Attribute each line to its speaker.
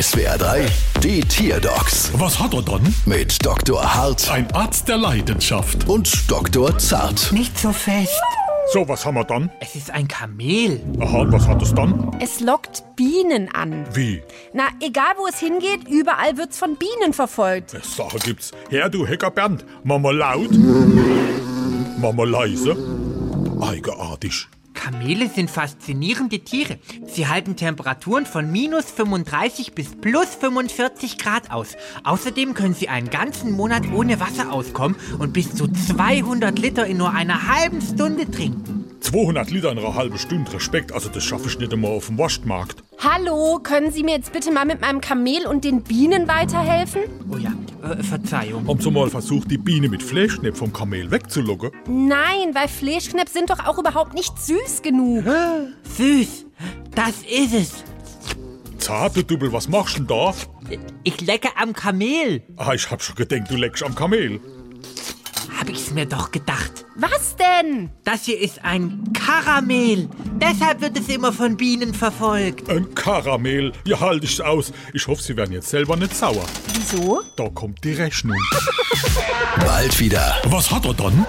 Speaker 1: SWR 3, die Tierdocs
Speaker 2: Was hat er dann?
Speaker 1: mit Dr. Hart
Speaker 2: Ein Arzt der Leidenschaft.
Speaker 1: und Dr. Zart.
Speaker 3: Nicht so fest.
Speaker 2: So, was haben wir dann?
Speaker 4: Es ist ein Kamel.
Speaker 2: Aha, und was hat es dann?
Speaker 5: Es lockt Bienen an.
Speaker 2: Wie?
Speaker 5: Na, egal wo es hingeht, überall wird's von Bienen verfolgt.
Speaker 2: Sache gibt's. Herr, du Hecker Bernd. Mama laut. Mama leise. Eigenartig.
Speaker 4: Kamele sind faszinierende Tiere. Sie halten Temperaturen von minus 35 bis plus 45 Grad aus. Außerdem können sie einen ganzen Monat ohne Wasser auskommen und bis zu 200 Liter in nur einer halben Stunde trinken.
Speaker 2: 200 Liter in einer halben Stunde. Respekt, also das schaffe ich nicht einmal auf dem Waschmarkt.
Speaker 5: Hallo, können Sie mir jetzt bitte mal mit meinem Kamel und den Bienen weiterhelfen?
Speaker 4: Oh ja, äh, Verzeihung.
Speaker 2: Haben Sie mal versucht, die Biene mit Fleischknepp vom Kamel wegzulocken?
Speaker 5: Nein, weil Fleischknepp sind doch auch überhaupt nicht süß genug.
Speaker 4: Süß, das ist es.
Speaker 2: Zarte Dübbel, was machst denn da?
Speaker 4: Ich lecke am Kamel.
Speaker 2: Ah, ich hab schon gedacht, du leckst am Kamel.
Speaker 4: Hab ich's mir doch gedacht.
Speaker 5: Was denn?
Speaker 4: Das hier ist ein Karamell. Deshalb wird es immer von Bienen verfolgt.
Speaker 2: Ein Karamell. Ja, halt ich's aus. Ich hoffe, Sie werden jetzt selber nicht sauer.
Speaker 5: Wieso?
Speaker 2: Da kommt die Rechnung.
Speaker 1: Bald wieder.
Speaker 2: Was hat er dann?